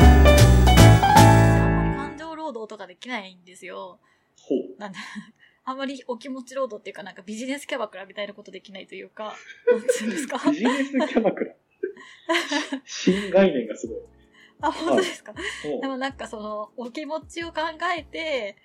あの、 あまりお気持ち労働っていうか、なんかビジネスキャバクラみたいなことできないというか、なんつうんですかビジネスキャバ クラ。新概念がすごい。あ、本当ですかおでもなんかその、お気持ちを考えて、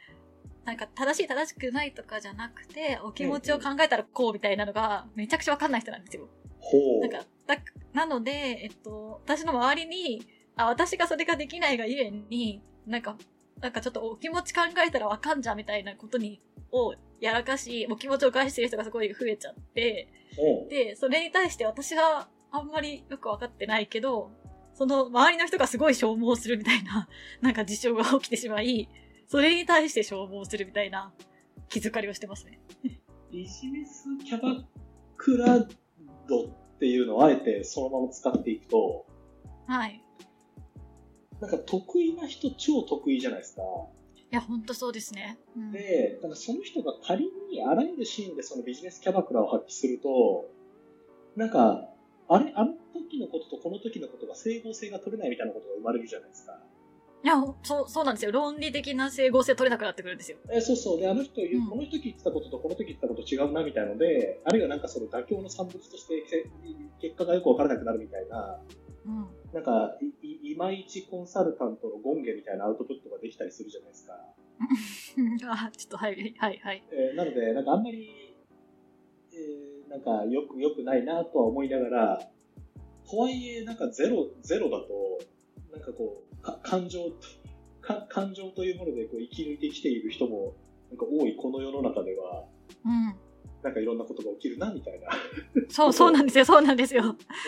なんか正しい正しくないとかじゃなくて、お気持ちを考えたらこうみたいなのが、めちゃくちゃわかんない人なんですよ。ほなんう。か、だ、なので、えっと、私の周りに、あ、私がそれができないがゆえに、なんか、なんかちょっとお気持ち考えたらわかんじゃんみたいなことに、をやらかし、お気持ちを返してる人がすごい増えちゃって、ほう。で、それに対して私はあんまりよくわかってないけど、その周りの人がすごい消耗するみたいな、 なんか事象が起きてしまい、それに対して消耗するみたいな気づかりをしてますね。ビジネスキャバクラ度っていうのをあえてそのまま使っていくと、はい。なんか得意な人超得意じゃないですか。いや、ほんとそうですね。うん、で、なんかその人が仮にあらゆるシーンでそのビジネスキャバクラを発揮すると、なんか、あれ、あの時のこととこの時のことが整合性が取れないみたいなことが生まれるじゃないですか。いや、そう、そうなんですよ。論理的な整合性取れなくなってくるんですよ。えそうそう。で、あの人言う、うんこの時言ってたこととこの時言ってたこと違うなみたいので、あるいはなんかその妥協の産物としてけ結果がよくわからなくなるみたいな、うん。なんか、いいいまいちコンサルタントのゴンゲみたいなアウトプットができたりするじゃないですか。 あ、ちょっと、はい、はい、はい。えーなので、なんかあんまり、えーなんかよく、よくないなとは思いながら、とはいえ、なんかゼロ、ゼロだと、なんかこう、か感情、か感情というものでこう生き抜いてきている人も、なんか多いこの世の中では、うん。なんかいろんなことが起きるな、み たいな、そう、そうなんですよ、そうなんですよ。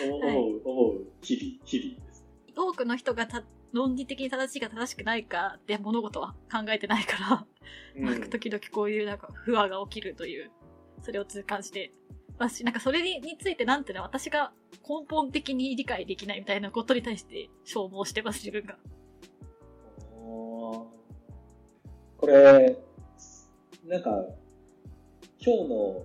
思う、はい思う、日々、日々です。多くの人がた論理的に正しいか正しくないかで物事は考えてないから、なんか時々こういうなんか不和が起きるという、それを痛感して、私、なんかそれにについてなんていうのは私が根本的に理解できないみたいなことに対して消耗してます、自分が。これ、なんか、今日の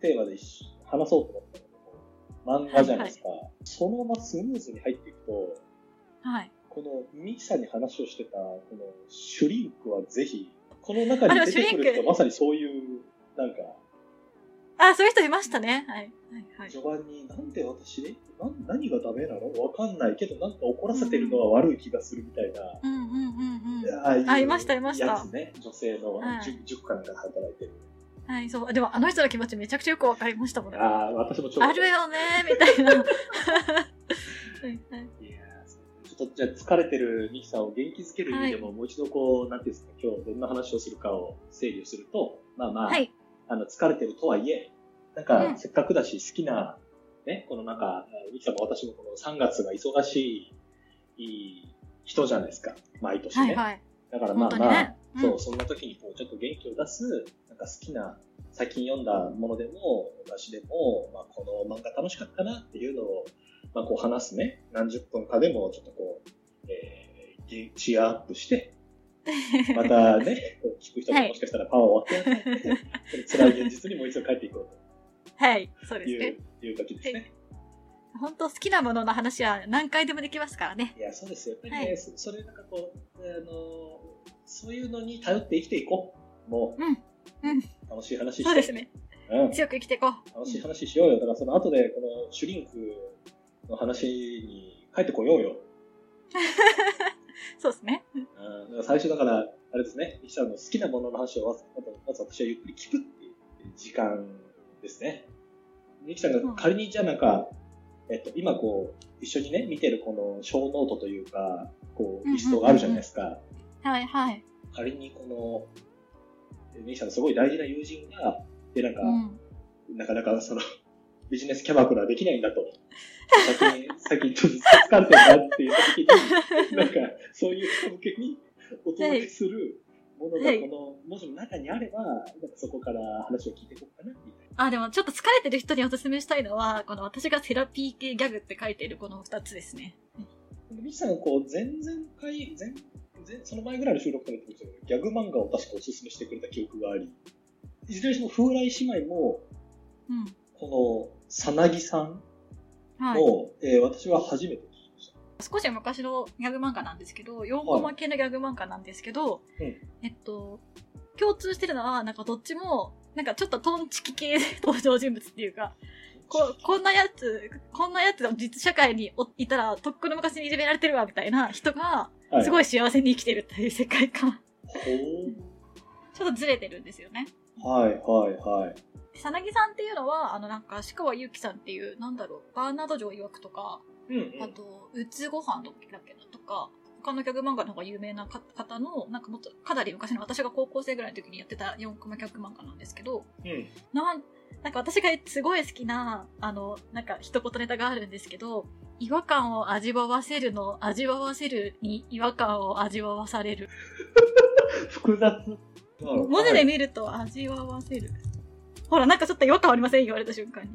テーマで一緒に話そうと思ったんだけど、漫画じゃないですか。そのままスムーズに入っていくと、はい。このミキさんに話をしてた、このシュリンクはぜひ、この中あでもに出てくシュリるン人クまさにそういう、なんか、あ、そういう人いましたね。はい。はい、はい。序盤に、なんで私ね、な何がダメなのわかんないけど、なんか怒らせてるのは悪い気がするみたいな。うんうんうんうん。ああいましたいましたやつね、女性のはい塾塾かなんかで働いてる。はい、そう。でも、あの人の気持ちめちゃくちゃよくわかりましたもん。あああ、私もちょっと。るよねみたいな。はいはいいやーちょっとじゃあ疲れてるミキさんを元気づける意味でも、もう一度こう、なんていうんですか、今日どんな話をするかを整理をすると、まあまあ、はい。あの疲れてるとはいえ、なんうかんせっかくだし好きな、ね、このなんか、ミキさんも私もこの3月が忙しいいい人じゃないですか、毎年ね。はいはい。だからまあ本当まにあね、うんそう、そんな時にこう、ちょっと元気を出す、なんか好きな、最近読んだものでも、私でも、まあこの漫画楽しかったなっていうのを、まあこう話すね、何十分かでも、ちょっとこう、えー、チアアッ プして、またね、こう聞く人ももしかしたらパワーを分け与えて、辛い現実にもう一度帰っていこ はい。そううでとすいねう。、いう時ですね。本当好きなものの話は何回でもできますからね。いや、そうですよ。やっぱりね、はいそそれなんかこう、あの、そういうのに頼って生きていこう。もう、うんうん楽しい話して。そうですね。うん。強く生きていこう。楽しい話しようよ。だからその後で、このシュリンクの話に帰ってこようよ。そうですね。うん、だから最初だから、あれですね、ミキさんの好きなものの話をまずまず私はゆっくり聞くっていう時間ですね。ミキさんが仮にじゃあなんか、えっと、今こう、一緒にね、見てるこの小ノートというか、こう、リストがあるじゃないですか。はいはい。仮にこの、ミキさんのすごい大事な友人が、で、なんか、うん。なかなかその、 ビジネスキャバクラできないんだと。 最近、最近ちょっと疲れてるなっていう時に、なんか、そういう人向けにお届けするものが、はいこの文字の中にあれば、なんかそこから話を聞いていこうかな、みたいな。あ、でもちょっと疲れてる人にお勧めしたいのは、この私がセラピー系ギャグって書いているこの二つですね。でミキさん、こう、前々回、前、前、その前ぐらいの収録とかで言ってましたけど、ギャグ漫画を確かおすすめしてくれた記憶があり、いずれにしても、風来姉妹も、うん。この、さなぎさんはい。を、えー私は初めて聞きました。少し昔のギャグ漫画なんですけど、4コマ系のギャグ漫画なんですけど、うんえっと、共通してるのは、なんかどっちも、なんかちょっとトンチキ系登場人物っていうか、ここんなやつ、こんなやつが実社会においたら、とっくの昔にいじめられてるわ、みたいな人が、はすい。ごい幸せに生きてるっていう世界 観。ちょっとずれてるんですよね。ほうはい、はい、はい。さなぎさんっていうのは、あの、なんか、芦川ゆうきさんっていう、なんだろう、バーナード城曰くとか、うん、あと、うつご飯だっけだっけなとか、他のギャグ漫画の方が有名なか方の、なんかもっと、かなり昔の私が高校生ぐらいの時にやってた4コマギャグ漫画なんですけど、うん。なん、なんか私がすごい好きな、あの、なんか一言ネタがあるんですけど、違和感を味わわせるの、味わわせるに違和感を味わわされる。複雑。文字で見ると味わわせる。ほら、なんかちょっと違和感ありません言われた瞬間に。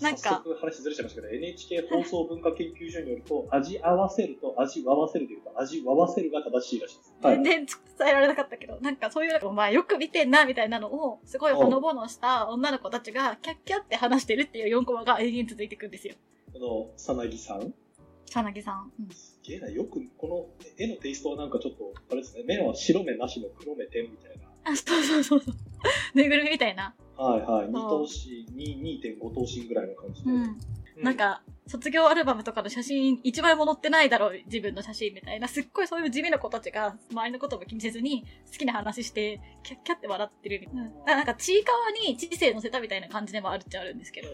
なんか早速話ずれちゃいましたけど、NHK 放送文化研究所によると、味合わせると味合わせるというか、味合わせるが正しいらしいです。はい全。然伝えられなかったけど、なんかそういう、なんかお前よく見てんな、みたいなのを、すごいほのぼのした女の子たちが、キャッキャって話してるっていう4コマが永遠続いていくんですよ。この、さなぎさん。さなぎさん。うんすげえな、よく、この絵のテイストはなんかちょっと、あれですね、目は白目なしの黒目点みたいな。あ、そうそうそうそう。ぬいぐるみみたいな。はいはい。そう二等身、二2.5等身ぐらいの感じで。うん。なん、か、卒業アルバムとかの写真、一枚も載ってないだろう、自分の写真みたいな、すっごいそういう地味な子たちが、周りのことも気にせずに、好きな話して、キャッキャって笑ってるみたいな。だからなんか、ちいかわに知性乗せたみたいな感じでもあるっちゃあるんですけど。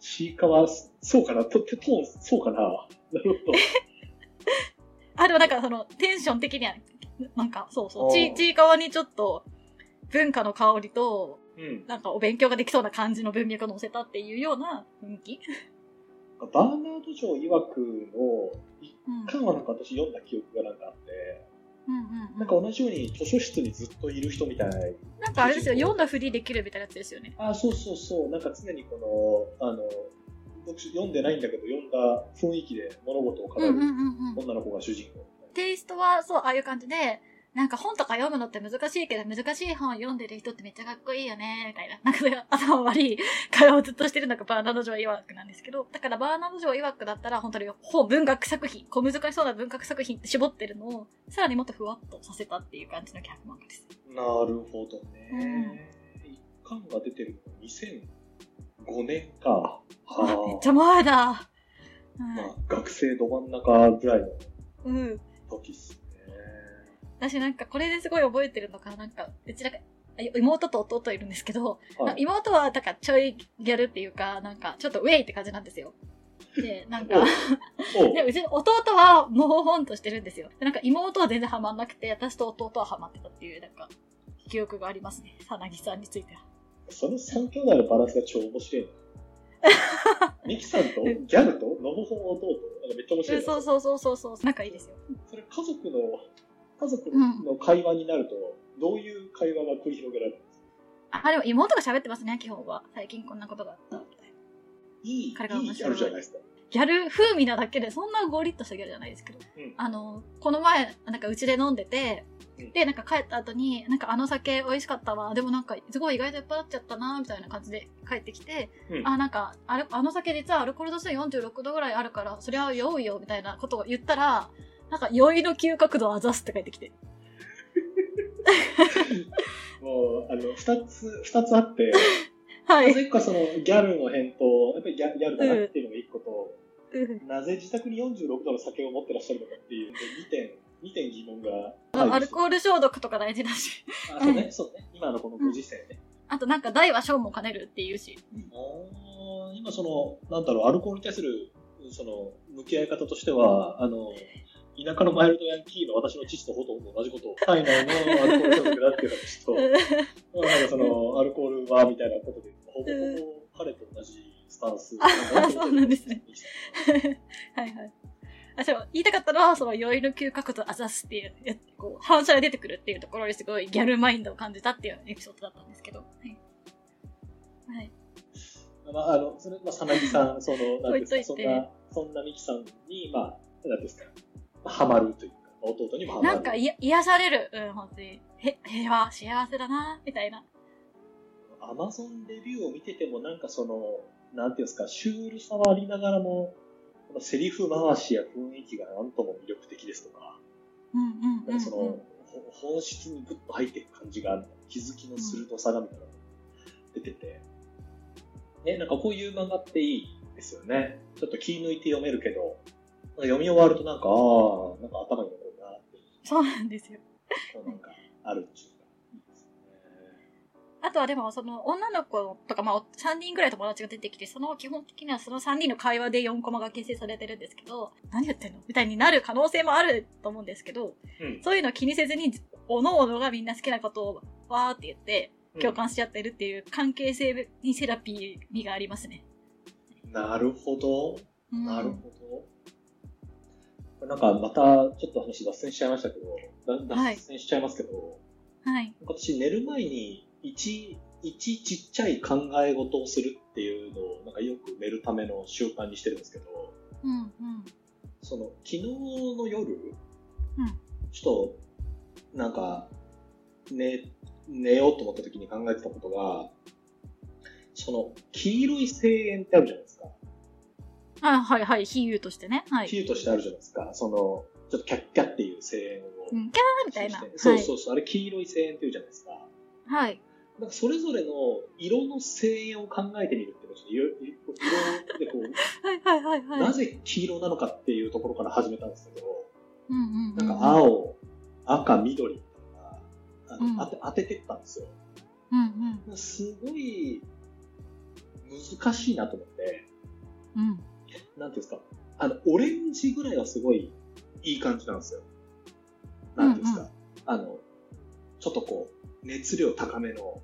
ちいかわ、そうかな、と、と、とそうかな。なるほど。あ、でもなんかその、テンション的には、なんか、そうそおう、うち、ちいかわにちょっと、文化の香りと、うん。なんかお勉強ができそうな感じの文脈を乗せたっていうような雰囲気。バーナード城曰くの、一うん。巻はなんか私読んだ記憶がなんかあって、うんうんうなんんか。同じように図書室にずっといる人みたい。なんかあれですよ、読んだふりできるみたいなやつですよね。あ、そうそうそう。なんか常にこの、あの、僕読んでないんだけど、読んだ雰囲気で物事を語うんうんうるんうん。女の子が主人公。テイストは、そう、ああいう感じで、なんか本とか読むのって難しいけど、難しい本読んでる人ってめっちゃかっこいいよね、みたいな。なんかそういう頭悪い会話をずっとしてるのがバーナード・ジョー曰くなんですけど、だからバーナード・ジョー曰くだったら、本当に本、文学作品、小難しそうな文学作品って絞ってるのを、さらにもっとふわっとさせたっていう感じの脚本です。なるほどね。一巻が出てるのが2005年か。あ、めっはちゃ前だ。まあ、学生ど真ん中ぐらいのうん。うん。時っすね。私なんかこれですごい覚えてるのかなんか、うちなんか、あ妹と弟いるんですけど、はい。妹は、だから、ちょいギャルっていうか、なんか、ちょっとウェイって感じなんですよ。で、なんかお、おで、うちの弟は、もほほんとしてるんですよ。でなんか、妹は全然ハマんなくて、私と弟はハマってたっていう、なんか、記憶がありますね。さなぎさんについては。その三兄弟のバランスが超面白い な。ミキさんとギャルとノブホン弟なんかめっちゃ面白いな。そうそうそうそうそう。仲いいですよ。それ家族の、家族の会話になると、どういう会話が繰り広げられるんですかあ、でも妹が喋ってますね、基本は。最近こんなことがあったみたいな。いい、彼がい面いギ白ャいルじゃないですか。ギャル風味なだけで、そんなゴリッとしたギャルじゃないですけど。うんあの、この前、なんかうちで飲んでてうん、で、なんか帰った後に、なんかあの酒美味しかったわ。でもなんか、すごい意外と酔っ払っちゃったな、みたいな感じで帰ってきて、うんあ、なんかあれ、あの酒実はアルコール度数46度ぐらいあるから、そりゃ酔うよ、みたいなことを言ったら、なんか酔いの嗅覚度をあざすって帰ってきて。もう、あの、二つ、二つあって、はまい。ず一個はそのギャルの返答、やっぱりギャギャルだなっていうのが一個と、なぜ自宅に46度の酒を持ってらっしゃるのかっていう二点、二点疑問が入る。アルコール消毒とか大事だし。あそうね、そうね。今のこのご時世ね。あとなんか大は小も兼ねるっていうし。あー今その、なんだろう、アルコールに対する、その、向き合い方としては、あの、田舎のマイルドヤンキーの私の父とほとんど同じことを、体内のアルコール消毒だっていう話と、まあなんかその、アルコールは、みたいなことで、ほぼほぼ彼と同じスタンス。そうなんですね。 はいはい。あ、そう、言いたかったのは、その、酔いの嗅覚とあざすっていう、やこう、反射が出てくるっていうところにすごいギャルマインドを感じたっていうエピソードだったんですけど。はい。はい。まあ、あの、それ、まあ、さなぎさん、その、なんですか、そ置んいといな、そんなミキさんに、まあ、なんですか、ハマるというか、弟にもハマる。なんか、いや、癒される。うん、本当に。へ、平和、幸せだな、みたいな。アマゾンレビューを見てても、なんかその、なんていうんですか、シュールさはありながらも、このセリフ回しや雰囲気がなんとも魅力的ですとか、うんうんうん、うん。なんかその、ほ本質にグッと入っていく感じがある気づきの鋭さがみたいなのが出てて、ね、なんかこういう漫画っていいですよね。ちょっと気抜いて読めるけど、なんか読み終わるとなんか、ああ、なんか頭に残るなっていそうなんですよ。う、なんかあるっていうか、いいですあとはでも、その、女の子とか、まあ、お3人ぐらい友達が出てきて、その基本的にはその3人の会話で4コマが形成されてるんですけど、何言ってんのみたいになる可能性もあると思うんですけど、ね。そういうの気にせずに、おのおのがみんな好きなことを、わーって言って、うん。共感し合ってるっていう関係性にセラピー味がありますね。なるほど。うんなるほど。なんかまたちょっと話脱線しちゃいましたけど、だはい脱線しちゃいますけど、はい。私寝る前に一、一ちっちゃい考え事をするっていうのを、なんかよく寝るための習慣にしてるんですけど、うん、その、昨日の夜、うんちょっと、なんか、寝、寝ようと思った時に考えてたことが、その、黄色い声援ってあるじゃないですか。うん。あ、はい、はい。比喩としてね。はい。比喩としてあるじゃないですか。その、ちょっとキャッキャっていう声援を。うん、キャーみたいな。そうはそうそう、あれ黄色い声援っていうじゃないですか。い。はい。なんかそれぞれの色の声援を考えてみるってことで、いろいろでこう、 はい、はい、はい、はい。なぜ黄色なのかっていうところから始めたんですけど、うんうん、う。なんんか、青、赤、緑とか、あのうん当て当ててったんですよ。うん、うん、すごい難しいなと思って、うん。なんていうんですか、あの、オレンジぐらいはすごいいい感じなんですよ。うんうんなんていうんですか、あの、ちょっとこう、熱量高めの、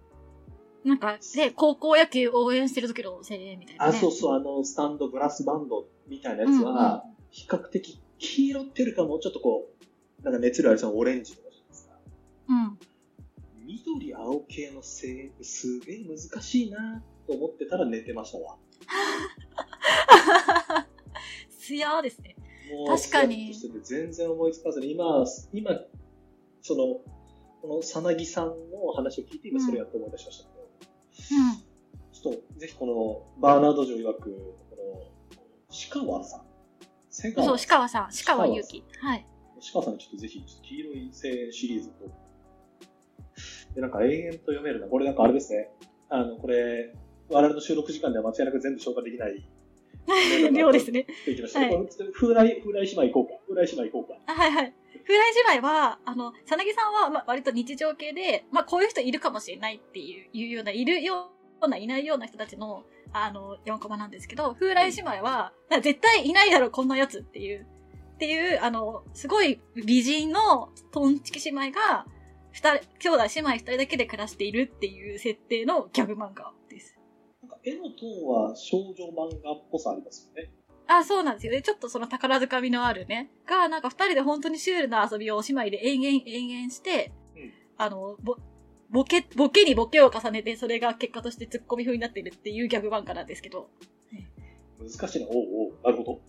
なんか、で、高校野球応援してる時の声援みたいな、ね。あ、そうそう、あの、スタンド、ブラスバンドみたいなやつは、比較的黄色っていうよりかもうちょっとこう、なんか熱量ありそうなオレンジとかじゃないですか。うん。うん。緑青系の声援ってすげえ難しいなと思ってたら寝てましたわ。すやーですね。もう確かにスラッとしてて全然思いつかずに、今、今、その、このさなぎさんの話を聞いて今それやっと思い出しましたけど、ちょっとぜひこのバーナード城曰く、この、鹿川さん。瀬うん。川そう、さん鹿川さん、鹿川祐希。はい。吉川さんにちょっとぜひ、ちょっと黄色い声援シリーズと。で、なんか永遠と読めるな。これなんかあれですね。あの、これ、我々の収録時間では間違いなく全部紹介できない。 量 ですね。できました。はいこれちょっと風来、風来姉妹行こうか。風来姉妹行こうか。あはいはい。風来姉妹は、あの、さなぎさんは、まあ、割と日常系で、まあ、こういう人いるかもしれないっていういうような、いるような、いないような人たちの、あの、4コマなんですけど、風来姉妹は、なんか絶対いないだろ、こんなやつっていう、っていう、あの、すごい美人のトンチキ姉妹が、二人、兄弟姉妹二人だけで暮らしているっていう設定のギャグ漫画です。なんか絵のトーンは少女漫画っぽさありますよね。あ、そうなんですよね。ちょっとその宝塚みのあるね、が、なんか二人で本当にシュールな遊びをお姉妹で延々、延々して、うんあの、ぼ、ボケ、ボケにボケを重ねて、それが結果としてツッコミ風になってるっていうギャグ漫画なんですけど。難しいな。おうおう。なるほど。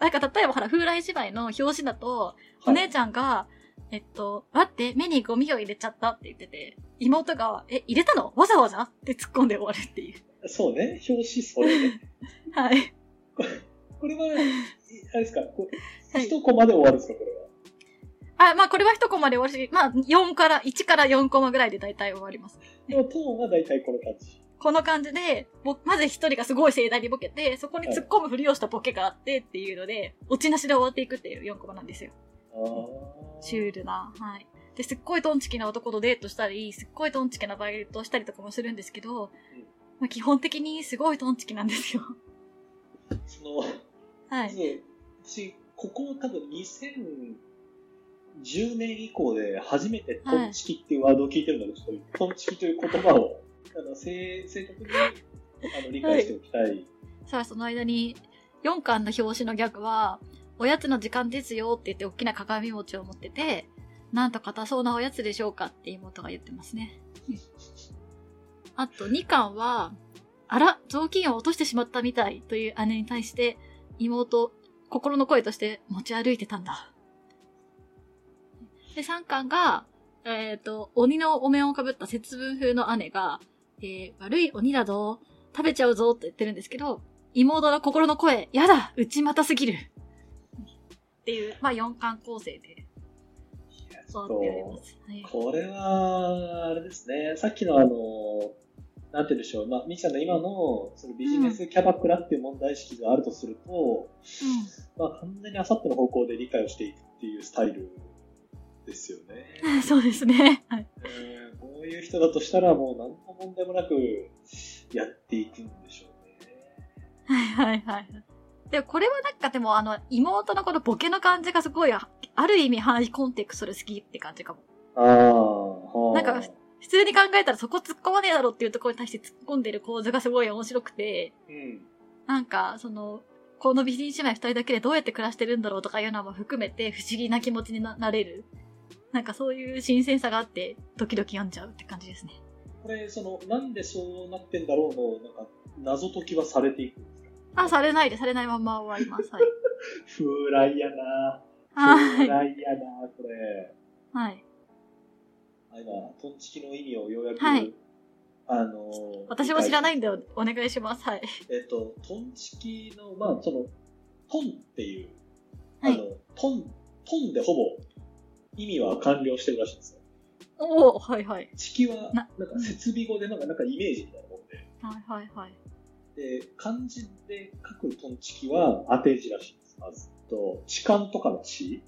なんか例えばほら、風来芝居の表紙だと、お姉ちゃんが、えっと、待って、目にゴミを入れちゃったって言ってて、妹が、え、入れたのわざわざって突っ込んで終わるっていう。そうね。表紙それね。はい。これは、いあれですか。こうはい一コマで終わるんですか、これは。あ、まあこれは一コマで終わるし、まあ4から、1から4コマぐらいで大体終わります。でもトーンは大体この感じ。この感じで、ぼまず一人がすごい盛大にボケて、そこに突っ込むふりをしたボケがあってっていうので、落ちなしで終わっていくっていう4コマなんですよ。あーシュールな。はい。で、すっごいトンチキな男とデートしたり、すっごいトンチキなバイトしたりとかもするんですけど、まあ、基本的にすごいトンチキなんですよ。その、はい。私、ここ多分2010年以降で初めてトンチキっていうワードを聞いてるので、ちょっとトンチキという言葉をあの正正確にあの理解しておきたい。さあ、その間に、4巻の表紙のギャグは、おやつの時間ですよって言って、大きな鏡餅を持ってて、なんと硬そうなおやつでしょうかって妹が言ってますね。あと、2巻は、あら、雑巾を落としてしまったみたいという姉に対して、妹、心の声として持ち歩いてたんだ。で、3巻が、えっ、と、鬼のお面をかぶった節分風の姉が、えー悪い鬼だぞ、食べちゃうぞって言ってるんですけど、妹の心の声、やだ内股すぎるっていう、まあ4巻構成で。いや、そうなってやります。はい。これは、あれですね、さっきのあの、なんて言うんでしょう、まあ、みーちゃんの今のそのビジネスキャバクラっていう問題意識があるとすると、まあ、完全にあさっての方向で理解をしていくっていうスタイルですよね。うん。 そうですね。はい。えーこういう人だとしたら、もう何の問題もなくやっていくんでしょうね。はいはいはい。でもこれはなんかでもあの妹のこのボケの感じがすごいあある意味ハイコンテクストで好きって感じかも。あなあ、んか普通に考えたらそこ突っ込まねえだろっていうところに対して突っ込んでる構図がすごい面白くて、うん。なんかその、この美人姉妹二人だけでどうやって暮らしてるんだろうとかいうのも含めて不思議な気持ちにななれる。なんかそういう新鮮さがあってドキドキ読んじゃうって感じですね。これ、その、なんでそうなってんだろうの、なんか、謎解きはされていくんですか あ、されないで、されないまま終わります。はい。風来やな風はい。来やなこれ。はい。あ今、トンチキの意味をようやく、はいあの、。私も知らないいんでおお願いします。はい。えっと、トンチキの、まあ、その、トンっていう、はいあの、トン、トンでほぼ、意味は完了してるらしいんですよ。おおはいはい。チキは、なんなか設備語で、なんか、なんかイメージみたいなもんで、はいはいはい。で、漢字で書くトンチキは当て字らしいんです。まずと、痴漢とかの痴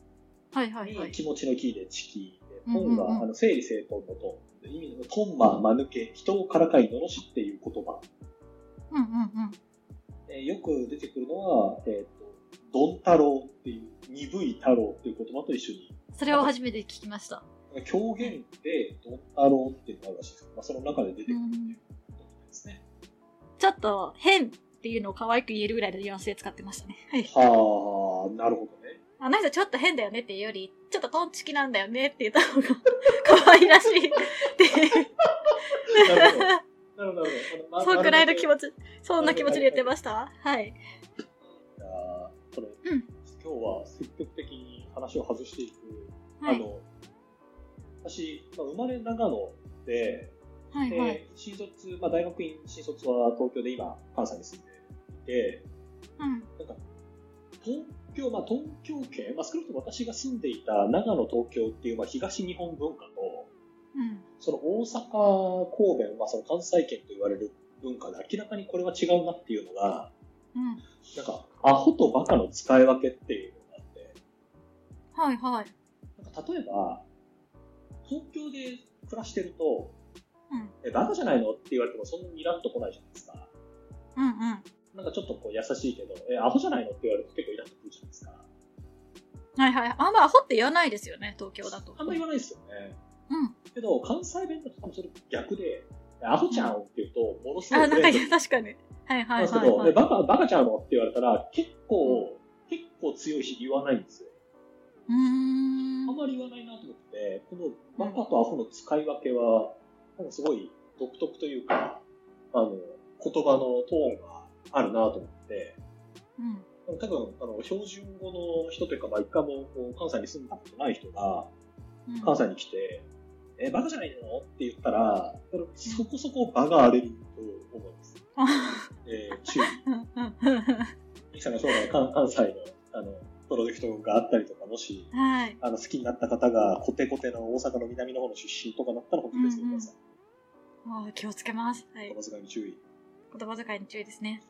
はいはいはにい。気持ちのキーでチキで、うんトうんうンんは、あの、整理整頓のトン。で意味のトンは間抜け、人をからかい罵しっていう言葉。うんうんうん。えーよく出てくるのは、えっ、と、ドン太郎っていう、鈍い太郎っていう言葉と一緒に、それを初めて聞きました。狂言でドン太郎っていうのがあるらしいです。まあ、その中で出てくうるんん、ですね。ちょっと変っていうのを可愛く言えるぐらいのニュアンスで使ってましたね。はい。はあ、なるほどね。あの人ちょっと変だよねっていうより、ちょっとトンチキなんだよねって言った方が 可愛らしいっていう、なるほど。なるほどなるほど。あそんくらいの気ち。持ち、そんな気持ちで言ってましたはい。あーこれうん今日は積極的に話を外していく。はあい。の、私、まあ、生まれ長野で、はいはい。で新卒、まあ、大学院新卒は東京で今、関西に住んでいて、うん。なんか、東京、まあ、東京圏、まあ、少なくとも私が住んでいた長野、東京っていう、まあ、東日本文化と、うん。その大阪、神戸、まあ、その関西圏と言われる文化で明らかにこれは違うなっていうのが、うん。なんか、アホとバカの使い分けっていうのがあって、はいはい。なんか例えば、東京で暮らしてると、うんえ、バカじゃないのって言われてもそんなにイラッと来ないじゃないですか。うんうん。なんかちょっとこう優しいけど、え、アホじゃないのって言われると結構イラッとくるじゃないですか。はいはい。あんまアホって言わないですよね、東京だと。あんま言わないですよね。うん。けど、関西弁だと多分それ逆で、アホちゃんをって言うと、ものすごいあ、なんかフレンドリー確かに。はいなはんいですけはど、い、はえい。バカ、バカちゃんのって言われたら、結構、結構強いし言わないんですよ。うーん。あんまり言わないなと思って、このバカとアホの使い分けは、なんかすごい独特というか、あの、言葉のトーンがあるなと思って、うん。多分、あの、標準語の人というか、まあ、一回もこう関西に住んだことない人が、うん関西に来て、え、バカじゃないのって言ったら、そこそこ場が荒れると思います。えー、注意。ミキさんが将来関関西のあのプロジェクトがあったりとか、もし、はい。あの好きになった方がコテコテの大阪の南の方の出身とかだったら本当にですよ、皆さん。あー気をつけます。はい。この世界に注意。言葉遣いに注意ですね。